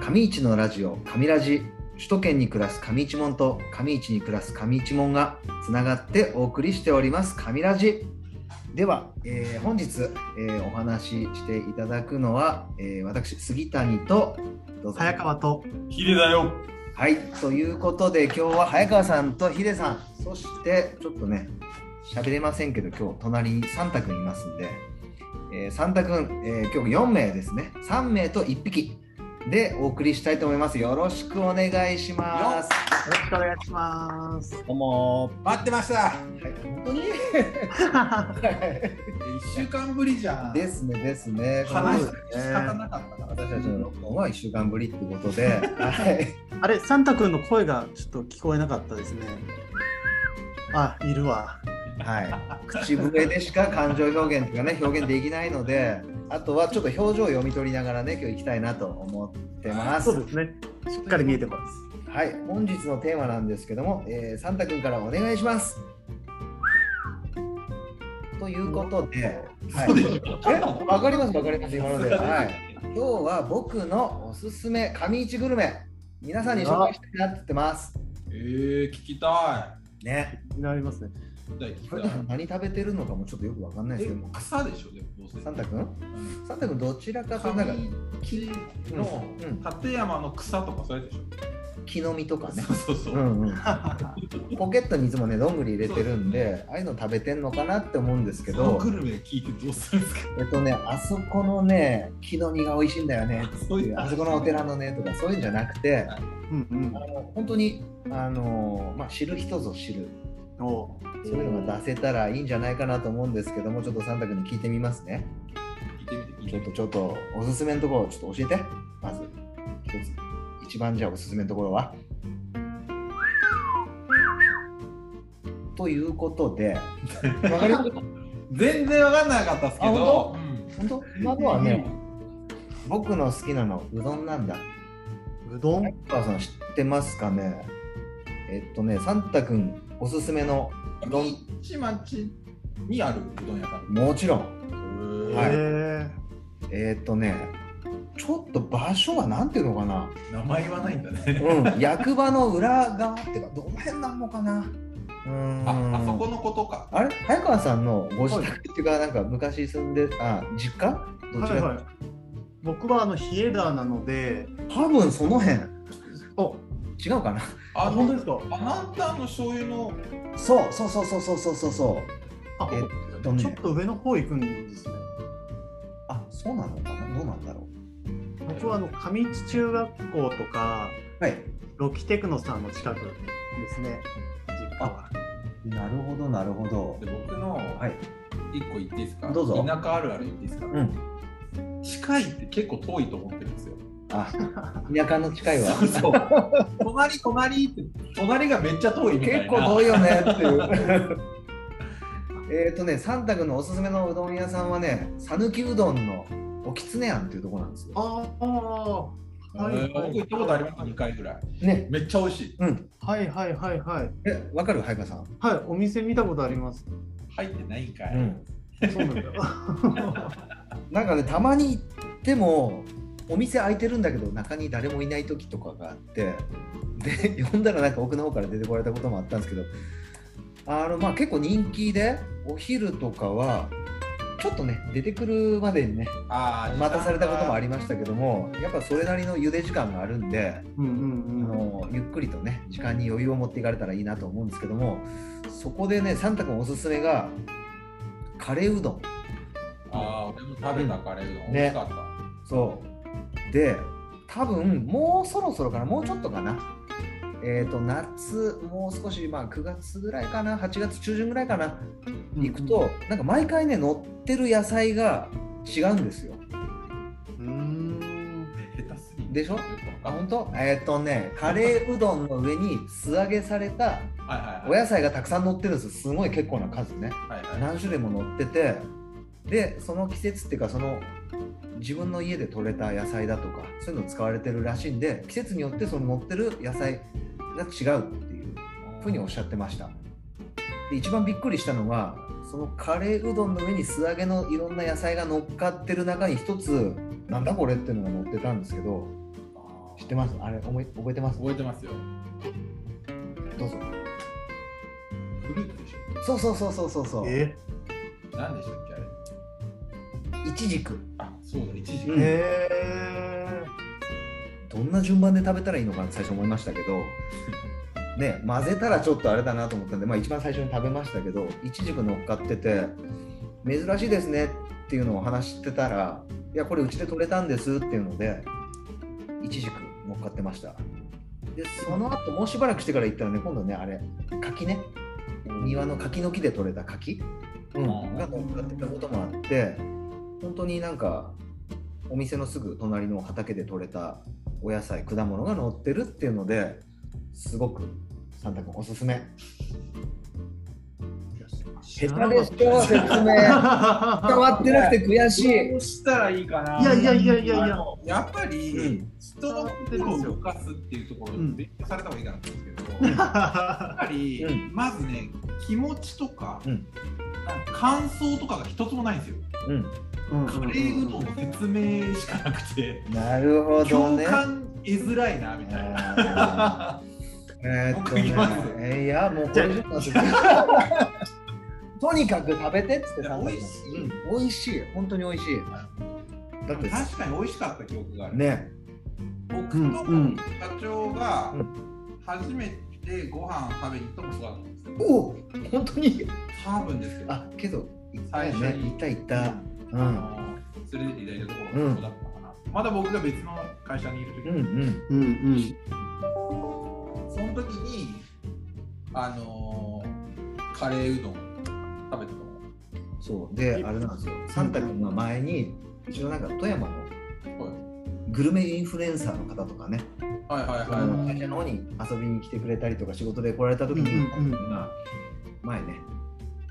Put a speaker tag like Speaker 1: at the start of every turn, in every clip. Speaker 1: 上市のラジオ上ラジ首都圏に暮らす上市門と上市に暮らす上市門がつながってお送りしております上ラジでは、えー本日、えーお話ししていただくのは、えー私杉谷とどうぞ
Speaker 2: 早川と
Speaker 3: ヒデだよ。
Speaker 1: はい、ということで今日は早川さんとヒデさんそしてちょっとね喋れませんけど今日隣にサンタくんいますんで、えーサンタくん、えー今日4名ですね3名と1匹でお送りしたいと思いますよろしくお願いします
Speaker 2: よろしくお願いします。
Speaker 1: どうも
Speaker 4: 待ってました
Speaker 1: はい本当に
Speaker 4: 一週間ぶりじゃん
Speaker 1: ですねですね
Speaker 4: 話し
Speaker 1: この
Speaker 4: 仕方なかったから
Speaker 1: 私たちの録音は1週間ぶりってこと で、はい、
Speaker 2: あれ、サンタ君の声がちょっと聞こえなかったですね。あ、いるわ。
Speaker 1: はい、口笛でしか感情表現とかね表現できないのであとはちょっと表情を読み取りながらね今日行きたいなと思ってます。
Speaker 2: そうですね。しっかり見えてます。
Speaker 1: はい本日のテーマなんですけども、えーサンタ君からお願いします。ということで、はい、えわかりますわかります今ので、はい、今日は僕のおすすめ上市グルメ皆さんに紹介したいなって言ってます。
Speaker 3: えー、聞きた
Speaker 1: ね、
Speaker 2: 気になりますね。
Speaker 3: い。聞きたい聞き
Speaker 1: こ
Speaker 3: た
Speaker 1: れ
Speaker 3: い。
Speaker 1: 何食べてるのかもちょっとよくわかんないで
Speaker 3: え
Speaker 1: すけども、
Speaker 3: 草でしょでもどうせ。
Speaker 1: サンタ君
Speaker 3: うん
Speaker 1: サンタ君どちらかというとなんか
Speaker 3: 木の
Speaker 1: うん
Speaker 3: 立山の草とかそういうやつでし
Speaker 1: 木の実とか
Speaker 3: ょ。
Speaker 1: ね、
Speaker 3: そうそうそう。
Speaker 1: うん うん、ポケットにいつもねどんぐり入れてるんでああいうの食べてんのかなって思うんですけ
Speaker 3: その
Speaker 1: ど
Speaker 3: グルメ聞いてどうするんですか。
Speaker 1: えっとねあそこのね木の実が美味しいんだよね
Speaker 3: そういう
Speaker 1: あそこのお寺のねとかそういうんじゃなくて
Speaker 2: うん
Speaker 1: あの本当にあの、まあ、知る人ぞ知る
Speaker 2: うん。お
Speaker 1: そういうのが出せたらいいんじゃないかなと思うんですけどもちょっとサンタ君に聞いてみますね
Speaker 3: 聞いてみて聞いて
Speaker 1: ちょ
Speaker 3: み
Speaker 1: っと
Speaker 3: て。
Speaker 1: ちょっとおすすめのところちょっと教えてまず一つ一番じゃあおすすめのところはということでわかります
Speaker 4: 全然わかんなかったですけ
Speaker 1: あ
Speaker 4: ど
Speaker 1: 本本当今のはね僕の好きなのうどんなんだ
Speaker 2: うどん
Speaker 1: 早川さん知ってますかねえっとねサンタくんおすすめのうどん
Speaker 3: ちまちにあるうどん屋さん。
Speaker 1: もちろんはい
Speaker 2: へ
Speaker 1: えっとねちょっと場所はなんていうのかな
Speaker 3: 名前言わないんだね。
Speaker 1: うん、役場の裏側っていうかどの辺なのかなうーん
Speaker 3: あ、あそこのことか。
Speaker 1: あれ早川さんのご自宅っていうか、なんか昔住んであ実家
Speaker 2: え。
Speaker 1: ど
Speaker 2: は
Speaker 1: ち
Speaker 2: い
Speaker 1: ら、
Speaker 2: はい。僕はあの比叡山なので、
Speaker 1: 多分その辺違
Speaker 2: お、
Speaker 1: うかな
Speaker 2: あ
Speaker 3: あ
Speaker 2: 本
Speaker 3: の
Speaker 2: 当ですか。
Speaker 3: あなんたの醤油の
Speaker 1: そうそうそうそうそうそうそうそう
Speaker 2: あ、
Speaker 1: えっとね
Speaker 2: ちょっと上の方行くんですね。
Speaker 1: あそうなのかなどうなんだろう
Speaker 2: 僕はあの上市中学校とか
Speaker 1: はい
Speaker 2: ロキテクノさんの近くですね。実家は。
Speaker 1: なるほどなるほど
Speaker 3: で僕の
Speaker 1: はい
Speaker 3: 一個言っていいですか。
Speaker 1: どうぞ
Speaker 3: 田舎あるある言っていいですか。
Speaker 1: うん
Speaker 3: 近いって結構遠いと思ってるんですよ。
Speaker 1: あ田舎の近いわ
Speaker 3: そうそう。 隣隣って隣がめっちゃ遠いみたいな。
Speaker 1: 結構遠いよねっていう。 えっとね、サンタ君のおすすめのうどん屋さんはね、讃岐うどんのおきつね庵っていうところなんですよ。
Speaker 2: ああ。は
Speaker 3: はいい、僕行ったことあります二回ぐらい。
Speaker 1: ね、
Speaker 3: めっちゃ美味しい。
Speaker 1: うん、
Speaker 2: はいはいはいはい。
Speaker 1: え、わかる、早川さん。
Speaker 2: はい、お店見たことあります。
Speaker 3: 入ってないんかい。
Speaker 1: うん、
Speaker 2: そうなん だ。
Speaker 1: なんかね、たまに行っても、お店開いてるんだけど、中に誰もいない時とかがあって。で、 呼んだら、なんか奥の方から出てこられたこともあったんですけど。あの、まあ、結構人気で、お昼とかは。ちょっとね、出てくるまでにね、
Speaker 3: ああ、
Speaker 1: 待たされたこともあ
Speaker 3: り。
Speaker 1: りましたけどもやっぱそれなりの茹で時間があるんで、
Speaker 2: うんう
Speaker 1: あ
Speaker 2: んうん。
Speaker 1: のゆっくりとね時間に余裕を持っていかれたらいいなと思うんですけどもそこでねサンタ君おすすめがカレーうどん
Speaker 3: ああ、俺も食べたカレーうど
Speaker 1: ね
Speaker 3: ん美味しかっ
Speaker 1: そうで多分もうそろそろかなもうちょっとかなえっ、と夏もう少しまあ9月ぐらいかな8月中旬ぐらいかな行くと、なんか毎回ね乗ってる野菜が違うんですよ
Speaker 2: うん。うん。
Speaker 3: た。下手すぎる
Speaker 1: でしょ
Speaker 3: よく
Speaker 1: あ
Speaker 3: わかん
Speaker 1: 本当えーっ、とねカレーうどんの上に素揚げされた
Speaker 3: はい
Speaker 1: お
Speaker 3: はい
Speaker 1: 野菜がたくさん乗ってるんですよすごい結構な数ね
Speaker 3: はい。はいはい。
Speaker 1: 何種類も乗っててでその季節っていうかその自分の家で採れた野菜だとかそういうの使われてるらしいんで季節によってその乗ってる野菜が違うっていうふうにおっしゃってましたで一番びっくりしたのはそのカレーうどんの上に素揚げのいろんな野菜が乗っかってる中に一つなんだこれっていうのが乗ってたんですけど知ってますあれ思い覚えてます
Speaker 3: 覚えてますよ。
Speaker 1: どうぞ
Speaker 3: フルーツでし
Speaker 1: そうそうそうそうそうそう
Speaker 2: え
Speaker 3: ょ。なんでしたっけあれ。
Speaker 1: いちじく
Speaker 3: あ、そうだ、一時期。
Speaker 1: うん
Speaker 2: え
Speaker 1: どんな順番で食べたらいいのかなって最初思いましたけどね混ぜたらちょっとあれだなと思ったんで、まあ、一番最初に食べましたけどいちじく乗っかってて珍しいですねっていうのを話してたらいやこれうちで取れたんですっていうのでいちじく乗っかってましたでその後もうしばらくしてから行ったらね今度ねあれ柿ね庭の柿の木で取れた柿
Speaker 3: うん
Speaker 1: が乗っかってたこともあって本当になんかお店のすぐ隣の畑で採れたお野菜果物が乗ってるっていうのですごくサンタ君おすすめ
Speaker 2: 知らなかった
Speaker 1: 下手でしょ説明 伝わってなくて悔しい、
Speaker 4: どうしたらいいかな。
Speaker 2: いやいやいやいやいや
Speaker 4: あのやっぱり、
Speaker 1: うん、
Speaker 4: 人の心を動かすっていうところを
Speaker 2: うん
Speaker 4: 勉強された方がいいかなと思うんですけど、やっ
Speaker 2: ー
Speaker 4: ぱり、
Speaker 1: うん
Speaker 4: まずね気持ちとか,、
Speaker 1: うん
Speaker 4: なんか感想とかが一つもないんですよ。
Speaker 1: うん
Speaker 2: うん
Speaker 4: カレーうどんの説明しかなくて、
Speaker 1: なるほど
Speaker 4: 共
Speaker 1: ね
Speaker 4: 感得づらいなみたいな。
Speaker 1: あーえーっとね
Speaker 4: 僕行きます
Speaker 1: えーいやもうこれ以上は説明 とにかく食べてっつってサンタ君
Speaker 4: いや美味しい
Speaker 1: うん、美味しい本当に美味しいだって
Speaker 4: 確かに美味しかった記憶がある。
Speaker 1: ね
Speaker 4: 僕
Speaker 2: うん
Speaker 4: と
Speaker 2: うん
Speaker 4: 課長が
Speaker 1: う
Speaker 4: 初めてご飯食べに行ったことがあるんですよ。
Speaker 1: おお本当に
Speaker 4: 多分ですけど。
Speaker 1: あけど行った
Speaker 4: 最
Speaker 1: よ
Speaker 4: 初
Speaker 1: ね
Speaker 4: に
Speaker 1: 行った行ったう
Speaker 4: あ
Speaker 1: ん
Speaker 4: の連れてっていただいたところがそうだったかな、まだ僕が別の会社にいる時、
Speaker 1: うんうん
Speaker 2: うんうん
Speaker 4: その時にあのーカレーうどん食べてたの
Speaker 1: そうであれなんですよサンタ君が前に一応なんか富山の
Speaker 4: は
Speaker 1: グルメインフルエンサーの方とかね、
Speaker 4: はいはい
Speaker 1: あ
Speaker 4: はい、
Speaker 1: の会社の方に遊びに来てくれたりとか仕事で来られた時に、
Speaker 2: うんう
Speaker 1: サン
Speaker 2: んうん
Speaker 1: タ君が前ね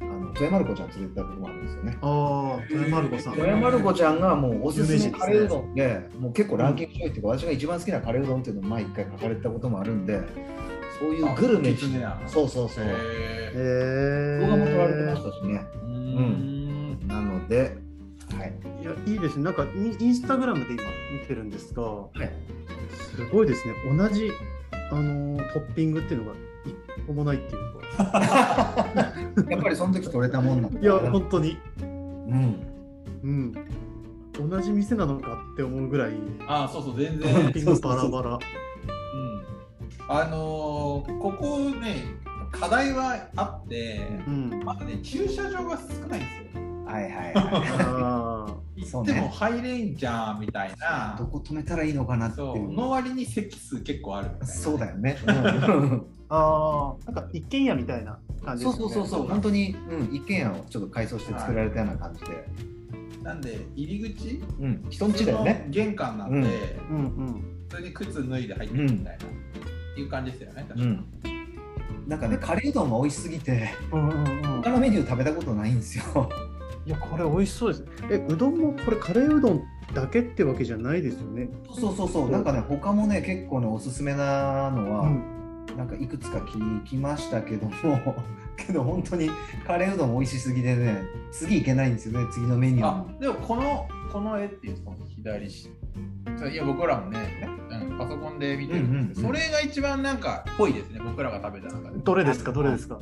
Speaker 1: あの富山る子ちゃん連れてたこともあるんですよね
Speaker 2: ああ、富山る子さん。
Speaker 1: 富山る子ちゃんがもうおす
Speaker 2: 有名
Speaker 1: すめ
Speaker 2: 人ですね
Speaker 1: カレーうどんでもう結構ランキング上位っていうか、私が一番好きなカレーうどんっていうのを前一回書かれたこともあるんでそういうグルメ
Speaker 4: あキツネや
Speaker 1: そうそうそう、
Speaker 4: へ
Speaker 2: え
Speaker 1: 動画も撮られてましたしね。
Speaker 4: ーうーん
Speaker 1: なので、はい。
Speaker 2: いや、いいですね。なんかイン、インスタグラムで今見てるんですが、
Speaker 1: い
Speaker 2: すごいですね。同じ、あのートッピングっていうのが一個もないっていうか。
Speaker 1: やっぱりその時取れたもんなんだ
Speaker 2: いや、本当に。
Speaker 1: うん。
Speaker 2: うん。同じ店なのかって思うぐらい、
Speaker 4: あそうそう全
Speaker 2: ト
Speaker 4: 然、う
Speaker 2: ッ
Speaker 4: ん、
Speaker 2: ピング バラバラ。
Speaker 4: あのーここね課題はあって
Speaker 2: うん。
Speaker 4: まだね駐車場が少ないんですよ
Speaker 1: はいはい は
Speaker 2: ああ。
Speaker 1: そ
Speaker 4: 行
Speaker 1: う
Speaker 4: っ
Speaker 1: ね。
Speaker 4: ても入れんじゃんみたいない
Speaker 1: どこ止めたらいいのかなってい
Speaker 4: そう
Speaker 1: う。
Speaker 4: の割に席数結構あるみたいな
Speaker 1: そうだよ ね。うん
Speaker 2: ああ。なんか、一軒家みたいな感じ
Speaker 1: そ
Speaker 2: で
Speaker 1: う
Speaker 2: す
Speaker 1: そ
Speaker 2: よ
Speaker 1: う
Speaker 2: ね。
Speaker 1: そうそう。本当に、うん、一軒家をちょっと改装して作られたような感じで。
Speaker 4: なんで入り口
Speaker 1: うん。人ん家だよね。
Speaker 4: 玄関なんで、
Speaker 1: うん
Speaker 2: うんうん。
Speaker 4: 普通に靴脱いで入ってるみたいな、いう感じですよね。確
Speaker 1: う
Speaker 4: かに
Speaker 1: ん。なんかね、カレーうどんが美味しすぎて、
Speaker 2: うんうんうん
Speaker 1: 他。のメニュー食べたことないんですよ。
Speaker 2: いや、これ美味しそうですね。え、うどんも、これカレーうどんだけってわけじゃないですよね。
Speaker 1: そうそうそう。なんかね、他もね、結構ね、おすすめなのは、
Speaker 2: うん。
Speaker 1: なんかいくつか聞きましたけども けど本当にカレーうどん美味しすぎでね次いけないんですよね次のメニュー
Speaker 4: あ
Speaker 1: も
Speaker 4: でもこのこの絵っていうその左下そういや僕らもね、うん、パソコンで見てるんですけど、
Speaker 1: うんうんうん
Speaker 4: それが一番なんかぽいですね僕らが食べた中で
Speaker 2: どれですか、どれですか。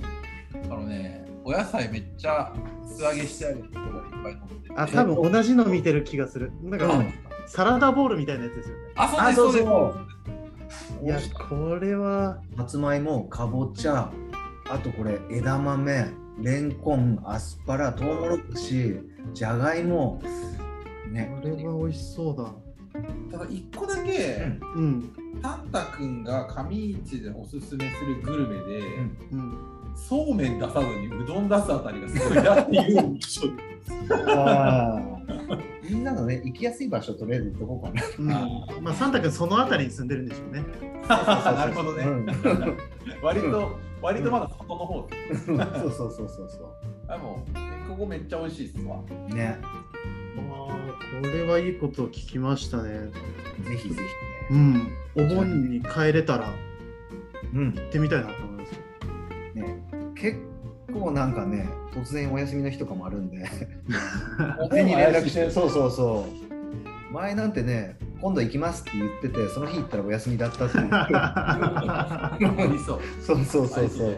Speaker 4: あのねお野菜めっちゃ素揚げしてあるところがいっぱい載ってて
Speaker 2: あ、多分同じの見てる気がする。なんか、
Speaker 1: うん
Speaker 2: サラダボールみたいなやつですよね。
Speaker 4: あそうですそうです
Speaker 2: いや、これは、
Speaker 1: さつまいもかぼちゃあとこれ枝豆レンコンアスパラトウモロコシじゃがいも
Speaker 2: こ
Speaker 1: ね
Speaker 2: れは美味しそうだ。
Speaker 4: ただ一個だけ、
Speaker 1: うん
Speaker 2: うん、
Speaker 4: サンタくんが上市でおすすめするグルメで、
Speaker 1: ん
Speaker 2: うん。
Speaker 4: そうめん出さずにうどん出すあたりがすごいなって いう
Speaker 1: みんなのね行きやすい場所とりあえず行っとこうか な
Speaker 2: うん、まあ、サンタ君その辺りに住んでるんでしょうね。
Speaker 4: なるほどね
Speaker 1: うん
Speaker 4: 割と割とまだ外の方で
Speaker 1: そうそうそうそうそ
Speaker 4: あもうここめっちゃ美味しいっすわ
Speaker 1: うね
Speaker 2: ああ、これはいいことを聞きましたね。
Speaker 1: ぜひぜひね
Speaker 2: うん、お盆に帰れたら、
Speaker 1: うん
Speaker 2: 行ってみたいなと思います。
Speaker 1: ね、結構なんかね突然お休みの日とか もあるんで手に連絡してそうそうそう前なんてね今度行きますって言っててその日行ったらお休みだったっていう
Speaker 4: ありそう。
Speaker 1: そうそうそう
Speaker 4: あ
Speaker 1: そ
Speaker 4: り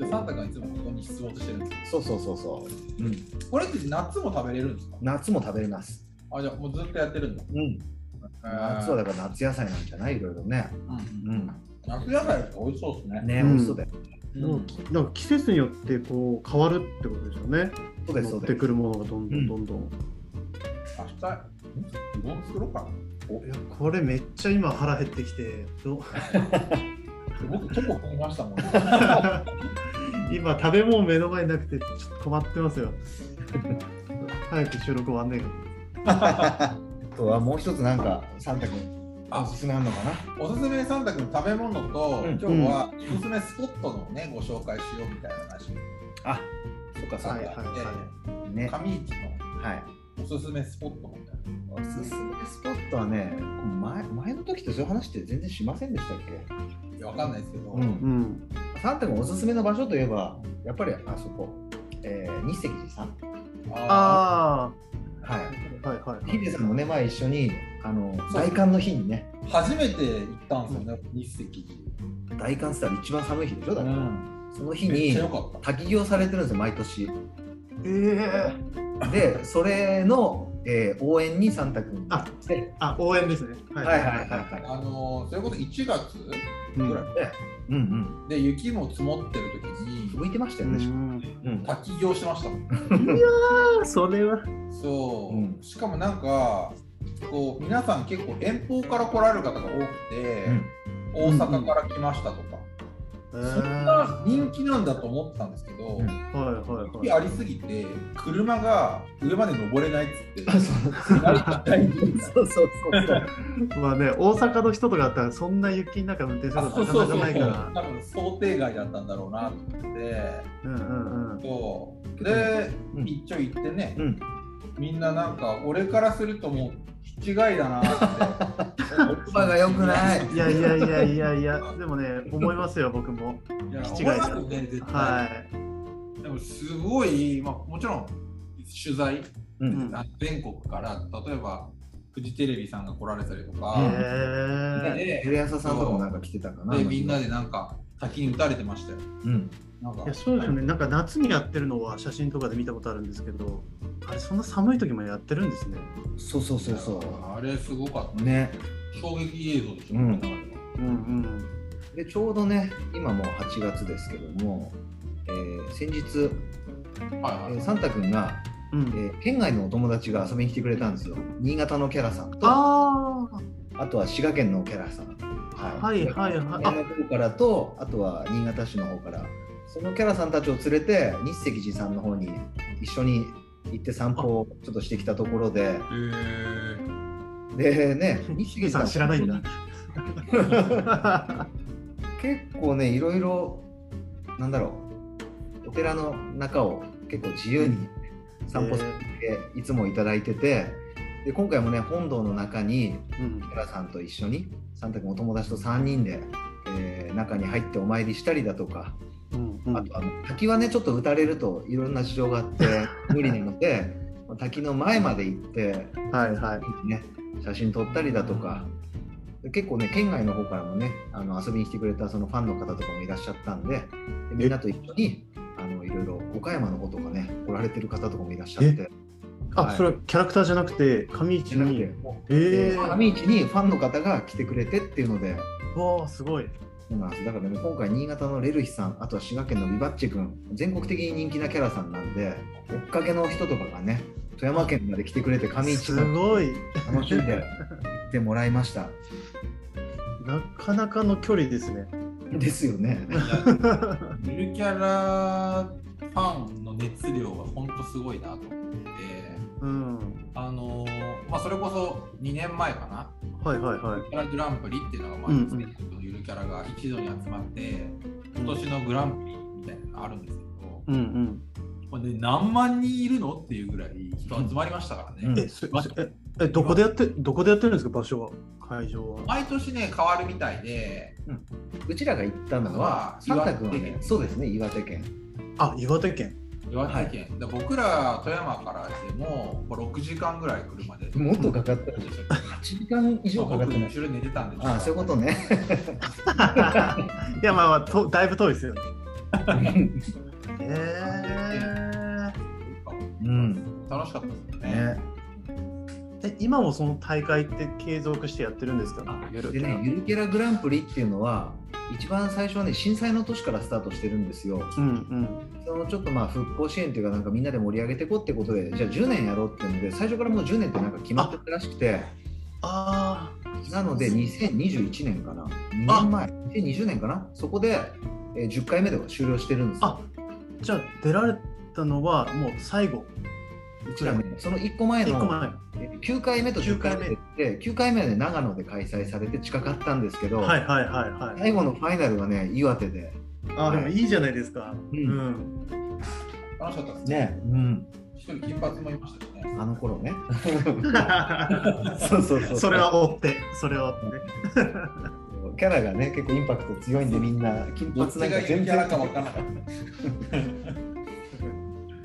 Speaker 1: う
Speaker 4: でサンタがいつもここに出没してるんですよ
Speaker 1: そうそうそうそう、うん、
Speaker 4: これって夏も食べれるんですか
Speaker 1: 夏も食べれます、
Speaker 4: あ、じゃあもうずっとやってるんだ。
Speaker 1: うん、夏はだから夏野菜なんじゃないいろいろね、
Speaker 4: うん
Speaker 1: うん、
Speaker 4: 夏野菜って美味しそうですね。
Speaker 1: ね、
Speaker 2: うん
Speaker 1: 美味しそうだよ
Speaker 2: でもきだから季節によってこう変わるってことですよね。
Speaker 1: そうです
Speaker 2: 乗
Speaker 1: そ
Speaker 2: っ
Speaker 1: うで
Speaker 2: て
Speaker 1: す
Speaker 2: くるものがどんど
Speaker 1: うん
Speaker 2: んどんどん。
Speaker 4: 明日、んうどん作ろうかな。
Speaker 2: いやこれめっちゃ今腹減ってきて ど
Speaker 4: 僕、チョコ食いましたも ん、ね。
Speaker 2: 今食べ物目の前になくてちょっと困って ますよ。早く収録終わんねえか。
Speaker 1: あとはもう一つなんかサンタ君
Speaker 4: あ
Speaker 1: おすすめあんのかな
Speaker 4: おすすめサンタ君食べ物と、
Speaker 1: うん
Speaker 4: 今日はおすすめスポットのね、ご紹介しようみたいな話
Speaker 1: あそっかそっ
Speaker 4: が
Speaker 1: か、
Speaker 4: あって、
Speaker 2: はいはいは
Speaker 1: ね
Speaker 4: 上市
Speaker 1: はい
Speaker 4: のおすすめスポットみたいな。
Speaker 1: おすすめスポットはね前前の時ってそういう話って全然しませんでしたっけ
Speaker 4: いや、わかんないですけど、
Speaker 1: うん
Speaker 2: うん。
Speaker 1: サンタ君おすすめの場所といえばやっぱりあそこ、えー、日石寺さん
Speaker 4: あ
Speaker 2: あ
Speaker 1: は
Speaker 2: あはいはい
Speaker 1: い
Speaker 2: は
Speaker 1: ヒ
Speaker 2: い。
Speaker 1: デさんもね前一緒にあの
Speaker 4: そう
Speaker 1: 大寒の日にね
Speaker 4: ー初めて行ったんですよね、日赤
Speaker 1: 大寒って言ったら一番寒い日でしょだ
Speaker 4: 寺。
Speaker 1: から、
Speaker 4: ん、
Speaker 1: その日
Speaker 4: めっ
Speaker 1: に
Speaker 4: ちゃ良かった。
Speaker 1: 滝行されてるんですよ毎年
Speaker 2: ええ
Speaker 1: でそれの、えー応援にサンタ君
Speaker 2: あ
Speaker 1: で
Speaker 2: あ応援ですね。は
Speaker 1: はいはいはいは
Speaker 4: あのー、それこそ1月
Speaker 2: う
Speaker 4: ぐ
Speaker 2: ん
Speaker 4: ら
Speaker 1: い
Speaker 4: い、
Speaker 1: うん
Speaker 4: で、雪も積もってる
Speaker 1: う
Speaker 4: 時
Speaker 1: ん
Speaker 4: に、
Speaker 1: 浮いてました
Speaker 2: う
Speaker 1: よね、
Speaker 2: ん
Speaker 1: うん
Speaker 4: 滝行しましたもん。
Speaker 2: あそれは。
Speaker 4: そう、
Speaker 1: うん
Speaker 4: しかもなんかこう皆さん結構遠方から来られる方が多くて、大阪から来ましたとか、
Speaker 2: そ
Speaker 4: そんな人気なんだと思ってたんですけど、
Speaker 1: うん
Speaker 2: はいはい
Speaker 4: 雪
Speaker 2: はい。
Speaker 4: ありすぎて車が上まで登れないっつって
Speaker 1: あそう
Speaker 4: 大丈夫みたいな
Speaker 1: そうそうそうそう
Speaker 2: まあね、大阪の人とかだったら、そんな雪の中運転する
Speaker 4: あ
Speaker 2: の
Speaker 4: そ
Speaker 2: な
Speaker 4: う
Speaker 2: か
Speaker 4: そう
Speaker 2: な
Speaker 4: そ
Speaker 2: か
Speaker 4: う
Speaker 2: ないか
Speaker 4: 多
Speaker 2: ら。
Speaker 4: 分想定外だったんだろうなと思って
Speaker 2: うんうんうん。
Speaker 4: そうで、
Speaker 1: うん
Speaker 4: 一応行ってね、
Speaker 1: うん
Speaker 4: みんななんか俺からするともう気違いだなって
Speaker 1: 言葉が良く ない
Speaker 2: いやいやいやいやいや、でもね、思いますよ、僕も。
Speaker 4: いや
Speaker 2: 気違いだ
Speaker 4: 思いますよね絶対
Speaker 2: はい。
Speaker 4: でもすごい、まあ、もちろん取材
Speaker 1: うん
Speaker 2: うん
Speaker 4: あ全国から例えばフジテレビさんが来られたりとか、
Speaker 1: うん
Speaker 2: へえ。
Speaker 4: で
Speaker 1: テレ朝さんとかもなんか来てたかな。
Speaker 4: でみんなでなんか滝に打たれてましたよ。
Speaker 1: うん。
Speaker 4: なんか
Speaker 2: いやそうですよね、なんか夏にやってるのは写真とかで見たことあるんですけど、あれ、そんな寒い時もやってるんですね。
Speaker 1: そうそうそうそ
Speaker 4: あれすごかっ
Speaker 1: う。ね。
Speaker 4: た。衝撃映像でしょ、
Speaker 1: うん
Speaker 4: なんかあれは
Speaker 2: うん
Speaker 1: でちょうどね今もう8月ですけども、えー先日、
Speaker 4: はい
Speaker 1: え
Speaker 4: は
Speaker 1: ー
Speaker 4: い。
Speaker 1: サンタ君が、
Speaker 2: うん。う
Speaker 1: え
Speaker 2: ん、
Speaker 1: ー県外のお友達が遊びに来てくれたんですよ。新潟のキャラさんとあ
Speaker 2: あ
Speaker 1: とは滋賀県のキャラさん。
Speaker 2: あ、はいはいはい。
Speaker 1: 上の方からとあとは新潟市の方からそのキャラさんたちを連れて日赤寺さんの方に一緒に行って散歩をちょっとしてきたところで
Speaker 4: えー、
Speaker 1: で ね
Speaker 2: あ、
Speaker 1: 日
Speaker 2: ヒデさん知らないん だ。
Speaker 1: 結構ねいろいろなんだろうお寺の中を結構自由に散歩させていつもいただいててで今回もね本堂の中に
Speaker 2: うん
Speaker 1: 寺さんと一緒にサンタ君お友達と3人で、えー中に入ってお参りしたりだとか
Speaker 2: うんうん
Speaker 1: あとあの滝はねちょっと打たれるといろんな事情があって 無理なので滝の前まで行って、
Speaker 2: はいはい。
Speaker 1: ね、写真撮ったりだとかで結構ね県外の方からもねあの遊びに来てくれたそのファンの方とかもいらっしゃったんででみんなと一緒にあのいろいろ岡山の方とかね来られてる方とかもいらっしゃっては
Speaker 2: あ、
Speaker 1: い
Speaker 2: それはキャラクターじゃなくて、上市
Speaker 1: じゃなくて
Speaker 2: に。
Speaker 1: もう
Speaker 2: ええ
Speaker 1: で上市にファンの方が来てくれてっていうので。
Speaker 2: わあ、すごい。
Speaker 1: そうなんですだからね、今回、新潟のレルヒさん、あとは滋賀県のビバッチ君、全国的に人気なキャラさんなんで、追っかけの人とかがね、富山県まで来てくれて、上市
Speaker 2: す
Speaker 1: を
Speaker 2: ごい。
Speaker 1: 楽しんで行ってもらいました。
Speaker 2: なかなかの距離ですね。
Speaker 1: ですよね。
Speaker 4: ゆるキャラファンの熱量が本当すごいなと思って、
Speaker 2: うん。
Speaker 4: あのーまあ、それこそ2年前かな、
Speaker 2: はいはいはい。
Speaker 4: キャラグランプリっていうのが、まあ、
Speaker 2: うんうん
Speaker 4: 全国のゆるキャラが一度に集まって、今年のグランプリみたいなのがあるんですけど、
Speaker 2: うん
Speaker 4: まあね、何万人いるのっていうぐらい人集まりましたか
Speaker 1: う
Speaker 4: ら
Speaker 1: ん
Speaker 2: う
Speaker 4: ね。
Speaker 2: ん。え、すええ、どこでやって、どこでやってるんですか、場所は。会場は。
Speaker 4: 毎年ね、変わるみたいで、
Speaker 1: うちらが行ったのは、
Speaker 4: 岩
Speaker 1: サ
Speaker 4: 手
Speaker 1: ンタ君はね
Speaker 4: 岩手県
Speaker 1: そうですね、岩手県。
Speaker 2: あ、岩手県。
Speaker 4: 岩手県、だ僕ら富山からしてももう6時間ぐらい車で
Speaker 1: もっとかかったでしょ8時間以上かかって
Speaker 4: 僕
Speaker 1: ます
Speaker 4: 後ろに寝てたんで
Speaker 1: ああそういうことね
Speaker 2: いやまあまあとだいぶ遠いですよね。え
Speaker 1: うん
Speaker 4: 楽しかったですよね
Speaker 1: ね
Speaker 2: え今もその大会って継続してやってるんですか
Speaker 4: あ夜
Speaker 1: でね、ゆるキャラグランプリっていうのは、一番最初はね、震災の年からスタートしてるんですよ。
Speaker 2: うんうん。
Speaker 1: そのちょっとまあ復興支援というか、なんかみんなで盛り上げていこうってことで、じゃあ10年やろうっていうので、最初からもう10年ってなんか決まってたらしくて、
Speaker 2: あ
Speaker 1: なので2021年かな、2年前、2020年かな、そこで、えー10回目では終了してるんですよ。
Speaker 2: ああじゃあ出られたのはもう最後
Speaker 1: うちらね、その1個前
Speaker 2: 1個
Speaker 1: の
Speaker 2: 前。
Speaker 1: えー9回目と10回目で、9回目はね、長野で開催されて近かったんですけど、
Speaker 2: はいはいはいはい。
Speaker 1: 最後のファイナルはね、岩手で。
Speaker 2: あでもいいじゃないですか。
Speaker 1: う
Speaker 2: うんん。
Speaker 4: 楽しかったですね
Speaker 1: ね、うん、
Speaker 4: 一人金髪もいましたしね
Speaker 1: あの頃ね。 そう そうそう。
Speaker 2: それは追ってそれは追って。
Speaker 1: キャラがね結構インパクト強いんでみんな金
Speaker 4: どっち
Speaker 1: 髪な
Speaker 4: が
Speaker 1: んか
Speaker 4: ゆ
Speaker 1: 全
Speaker 4: るキャラ
Speaker 1: 然
Speaker 4: か分からなかっ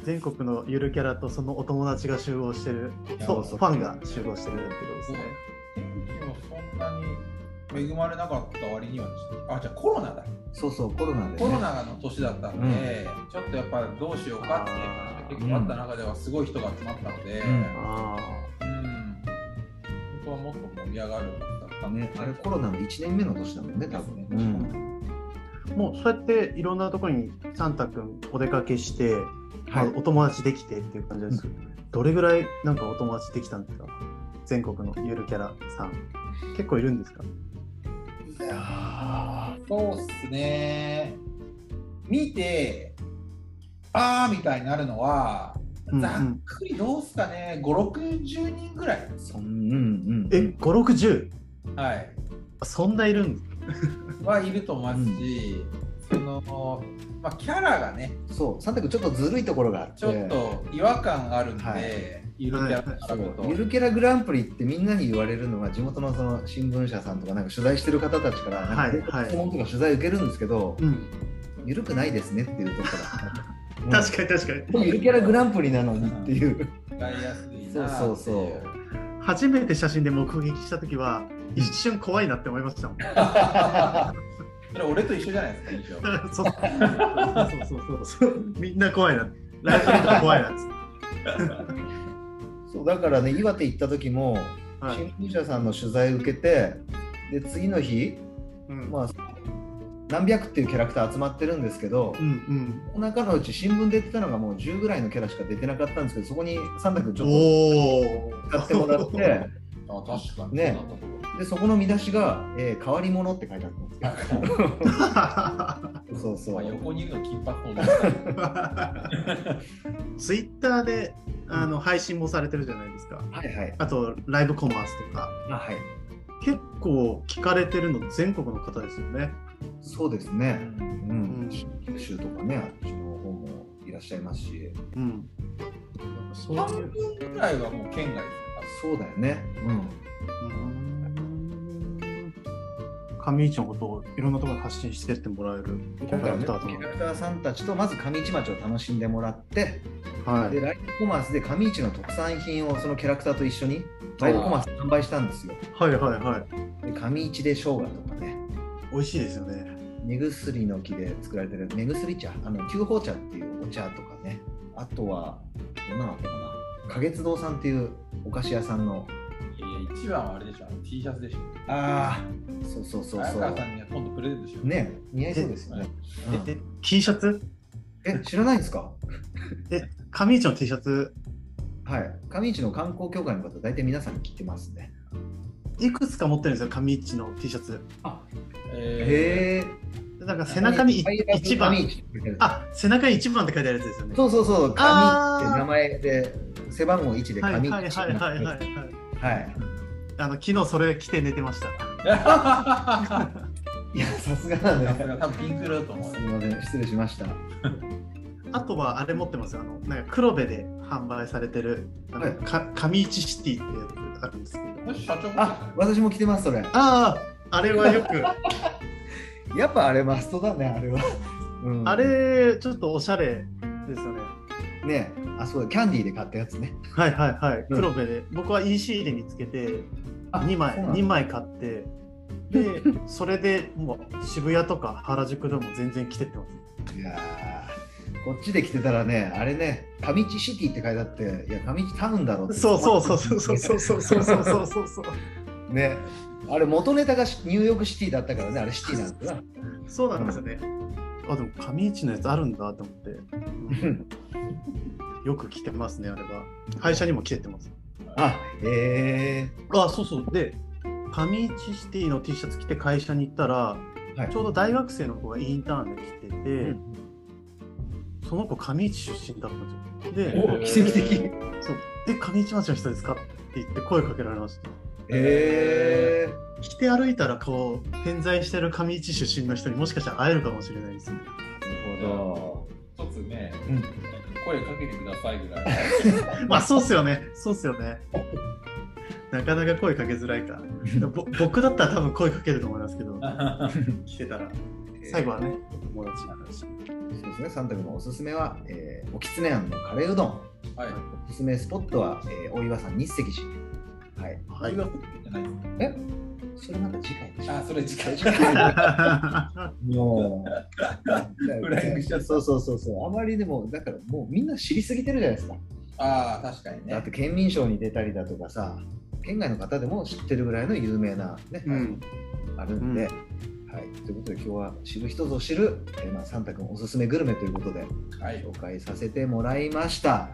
Speaker 2: 全国のゆるキャラとそのお友達が集合してる
Speaker 1: や
Speaker 2: そう
Speaker 1: そう
Speaker 2: ファンが集合してるってことで
Speaker 4: た
Speaker 2: す
Speaker 4: ね
Speaker 2: ね。
Speaker 4: 天気もそんなに恵まれなかった割にはですねあじゃあコロナだ
Speaker 1: そうそうコロナで、ね、
Speaker 4: コロナの年だったんで、ちょっとやっぱどうしようかっていう話が結構あった中ではすごい人が集まったので、
Speaker 1: う
Speaker 4: うんん
Speaker 2: あ
Speaker 4: 本当はもっと盛り上がるはずだったんで
Speaker 1: ねあれコロナの1年目の年だもんね多分ね、
Speaker 2: あもうそうやっていろんなところにサンタ君お出かけして、
Speaker 1: はい
Speaker 2: まあお友達できてっていう感じです、どれぐらいなんかお友達できたんですか全国のゆるキャラさん結構いるんですか
Speaker 1: いやー
Speaker 4: そうっすね見てあーみたいになるのは、
Speaker 2: うんうん
Speaker 4: ざっくりどうっすかね560人ぐらい
Speaker 1: そんうんうん
Speaker 2: え560
Speaker 4: はい
Speaker 2: そんないるんです
Speaker 4: はいると思いますし、そのまあ、キャラがね
Speaker 1: そうサンタ君ちょっとずるいところがあって
Speaker 4: ちょっと違和感があるんで、
Speaker 1: はい
Speaker 4: ゆるキャラに
Speaker 1: そ
Speaker 4: 並べる
Speaker 1: う
Speaker 4: と
Speaker 1: ゆるキャラグランプリってみんなに言われるのは地元のその新聞社さんとかなんか取材してる方たちからなんか
Speaker 2: はいはい
Speaker 1: 質問とか取材受けるんですけど、
Speaker 2: か、うん、
Speaker 1: ゆるくないですねっていうとこ ろが
Speaker 2: 確かに確かに
Speaker 1: にゆるキャラグランプリなのにっていう
Speaker 4: 使いやすいな
Speaker 1: そうそうそう
Speaker 4: っていう
Speaker 2: 初めて写真で目撃した時は一瞬怖いなって思いました もん
Speaker 4: それ俺と一緒じゃないですか印象
Speaker 2: そうそうそうそうそうみんな怖いなライフリーが怖いなっつって
Speaker 1: そうだからね岩手行った時も、
Speaker 2: はい
Speaker 1: 新聞社さんの取材受けてで次の日、
Speaker 2: うん
Speaker 1: まあ、何百っていうキャラクター集まってるんですけど
Speaker 2: う、ん
Speaker 1: その中のうち新聞出てたのがもう10ぐらいのキャラしか出てなかったんですけどそこにサンタ君
Speaker 2: う
Speaker 1: ち
Speaker 2: ん、
Speaker 1: ょっ
Speaker 2: おお
Speaker 1: と使ってもらって
Speaker 4: あ確かに
Speaker 1: ね
Speaker 4: そうだったと思う
Speaker 1: でそこの見出しが、えー変わり者」って書いてあったんですけどそうそ
Speaker 4: まあ、
Speaker 1: う
Speaker 4: 横にいるの金髪の
Speaker 2: ツイッターであの配信もされてるじゃないですか
Speaker 1: はいはい
Speaker 2: あとライブコマースとか
Speaker 1: あはい
Speaker 2: 結構聞かれてるの全国の方ですよね
Speaker 1: そうですねうん、
Speaker 2: うん
Speaker 1: 九州とかねあっちの方もいらっしゃいますし
Speaker 2: うんそう
Speaker 4: 半
Speaker 2: いう
Speaker 4: 分ぐらいはもう県外で
Speaker 1: そうだよねうん
Speaker 2: うん上市のことをいろんなところに発信してってもらえる
Speaker 1: 今回はねキ
Speaker 2: キャラクターとの
Speaker 1: ャラクターさんたちとまず上市町を楽しんでもらって、
Speaker 2: は
Speaker 1: で
Speaker 2: い
Speaker 1: ライブコマースで上市の特産品をそのキャラクターと一緒にライブコマースで販売したんですよ。
Speaker 2: はいはいはい
Speaker 1: で上市で生姜とかね、
Speaker 2: 美味しいですよね
Speaker 1: 目薬の木で作られてる目薬茶、あの九宝茶っていうお茶とかね、あとは、どんなのあったかな、花月堂さんっていうお菓子屋さんの、
Speaker 4: すいやいや一番はあれでしょあの T シャツでしょ
Speaker 1: ああ、そうそうそう
Speaker 4: 早
Speaker 1: そ
Speaker 4: 川さ
Speaker 1: う。
Speaker 4: んには今度プレゼントしよう
Speaker 1: ね、似合いそうですよね。うん
Speaker 2: え T シャツ
Speaker 1: え、知らないんですか
Speaker 2: 上市の T シャツ
Speaker 1: はい。上市の観光協会の方、大体皆さん着てますね。
Speaker 2: いくつか持ってるんですよ上市の T シャツ
Speaker 4: え
Speaker 1: へえ。
Speaker 2: でなんか背中にい一番
Speaker 1: あ
Speaker 2: あ背中に一番って書いてあるやつですよね
Speaker 1: そうそうそう、
Speaker 2: あ
Speaker 1: 紙
Speaker 2: ー
Speaker 1: って名前で、背番号1で
Speaker 2: はい
Speaker 1: 紙
Speaker 2: はいはいはいはいい、はい
Speaker 1: はい。
Speaker 2: あの昨日それ着て寝てました
Speaker 1: いや、さすがだ
Speaker 4: ー、
Speaker 1: ね。
Speaker 4: 多分ピンク色だと思う
Speaker 1: すみません、失礼しました。
Speaker 2: あとはあれ持ってますよあのなんか黒部で販売されてるあの、
Speaker 1: はい
Speaker 2: か上市シティってやつあるんですけど
Speaker 4: もし社長も
Speaker 1: あ、私も着てます、それ。
Speaker 2: あああれは よく
Speaker 1: やっぱあれマストだね、あれは。うん
Speaker 2: あれちょっとおしゃれですよね
Speaker 1: ねあそうだキャンディーで買ったやつね
Speaker 2: はいはいはい。
Speaker 1: うん
Speaker 2: 黒部で、僕は EC で見つけて、
Speaker 1: あ
Speaker 2: 2枚
Speaker 1: そうなんだ
Speaker 2: 2枚買って、 で、それでもう渋谷とか原宿でも全然着てってます。
Speaker 1: いやーこっちで来てたらねあれね上地シティって書いてあっていや上地タウンだろって
Speaker 2: そうそうそうそうそうそうそうそうそうそうそう。
Speaker 1: ねあれ元ネタがニューヨークシティだったからねあれシティなんだな
Speaker 2: そうなんですよね。あ、でも上市のやつあるんだと思って、
Speaker 1: うん
Speaker 2: よく着てますね、あれは。廃車にも着てってます。
Speaker 1: あえ
Speaker 2: あ、そうそう。で、上市シティの T シャツ着て会社に行ったら、
Speaker 1: はい
Speaker 2: ちょうど大学生の子がインターンで来てて、
Speaker 1: ん
Speaker 2: その子上市出身だったんですよ。で、
Speaker 1: ー、お奇跡的
Speaker 2: そう。で、上市町の人ですかって言って声かけられました。
Speaker 1: えー、
Speaker 2: 着て歩いたらこう、偏在してる上市出身の人にもしかしたら会えるかもしれないですね。
Speaker 1: なるほ
Speaker 4: 一つね、
Speaker 1: うん
Speaker 4: 声かけてくださいぐらい。
Speaker 2: まあそうっすよね。そうっすよね。なかなか声かけづらいか。 ぼ僕だったら多分声かけると思いますけど、来てたら。
Speaker 1: ど
Speaker 2: 最後はね、友達の話。
Speaker 1: そうですね、三択のおすすめは、えー、おきつね庵のカレーうどん。
Speaker 4: はい。
Speaker 1: おすすめスポットは、えー、大岩山日赤寺。はい。
Speaker 2: は
Speaker 4: それが好きじゃないです
Speaker 1: それまた次回でしょ
Speaker 4: あ、それ次回。
Speaker 2: い。
Speaker 1: も
Speaker 4: フライングしちゃっ
Speaker 1: う。
Speaker 4: た
Speaker 1: そうそうそうそう。あまりでも、だからもうみんな知りすぎてるじゃないですか。
Speaker 4: ああ、確かに
Speaker 1: だっ
Speaker 4: ね。
Speaker 1: て県民賞に出たりだとかさ、県外の方でも知ってるぐらいの有名な、ね
Speaker 2: うん。
Speaker 1: あるんで。はい、ということで今日は知る人ぞ知る、えーまあ、サンタ君おすすめグルメということで
Speaker 4: はい
Speaker 1: 紹。介させてもらいました。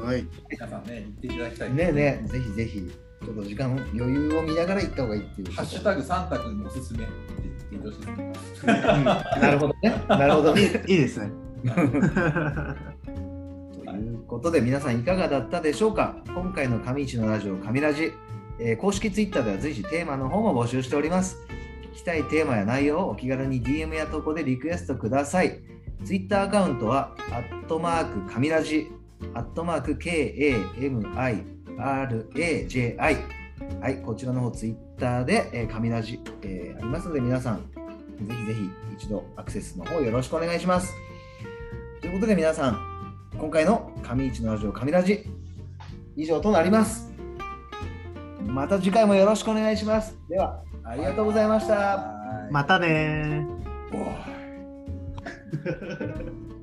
Speaker 2: はい。
Speaker 4: 皆さんね、言っていただきたい。
Speaker 1: ねえねえ、ぜひぜひ、ちょっと時間、余裕を見ながら行った方がいいっていう。
Speaker 4: ハッシュタグサンタ君のおすすめって言ってほしいですね。
Speaker 1: なるほどね。なるほ どね。
Speaker 2: いいです ね。
Speaker 1: ということで、皆さんいかがだったでしょうか今回の上市のラジオ、上ラジ、えー公式ツイッターでは随時テーマの方も募集しております。聞きたいテーマや内容をお気軽に DM や投稿でリクエストください。ツイッターアカウントは、アットマーク上ラジ、アットマーク KAMIRAJI。はい、こちらの方ツイッターで、えー、上ラジ、えーありますので、皆さん、ぜひぜひ一度アクセスの方よろしくお願いします。ということで皆さん、今回の上市のラジオ上ラジ、以上となります。また次回もよろしくお願いします。では、
Speaker 4: あ
Speaker 1: りがとうございました
Speaker 4: はい
Speaker 2: またねー。
Speaker 4: おー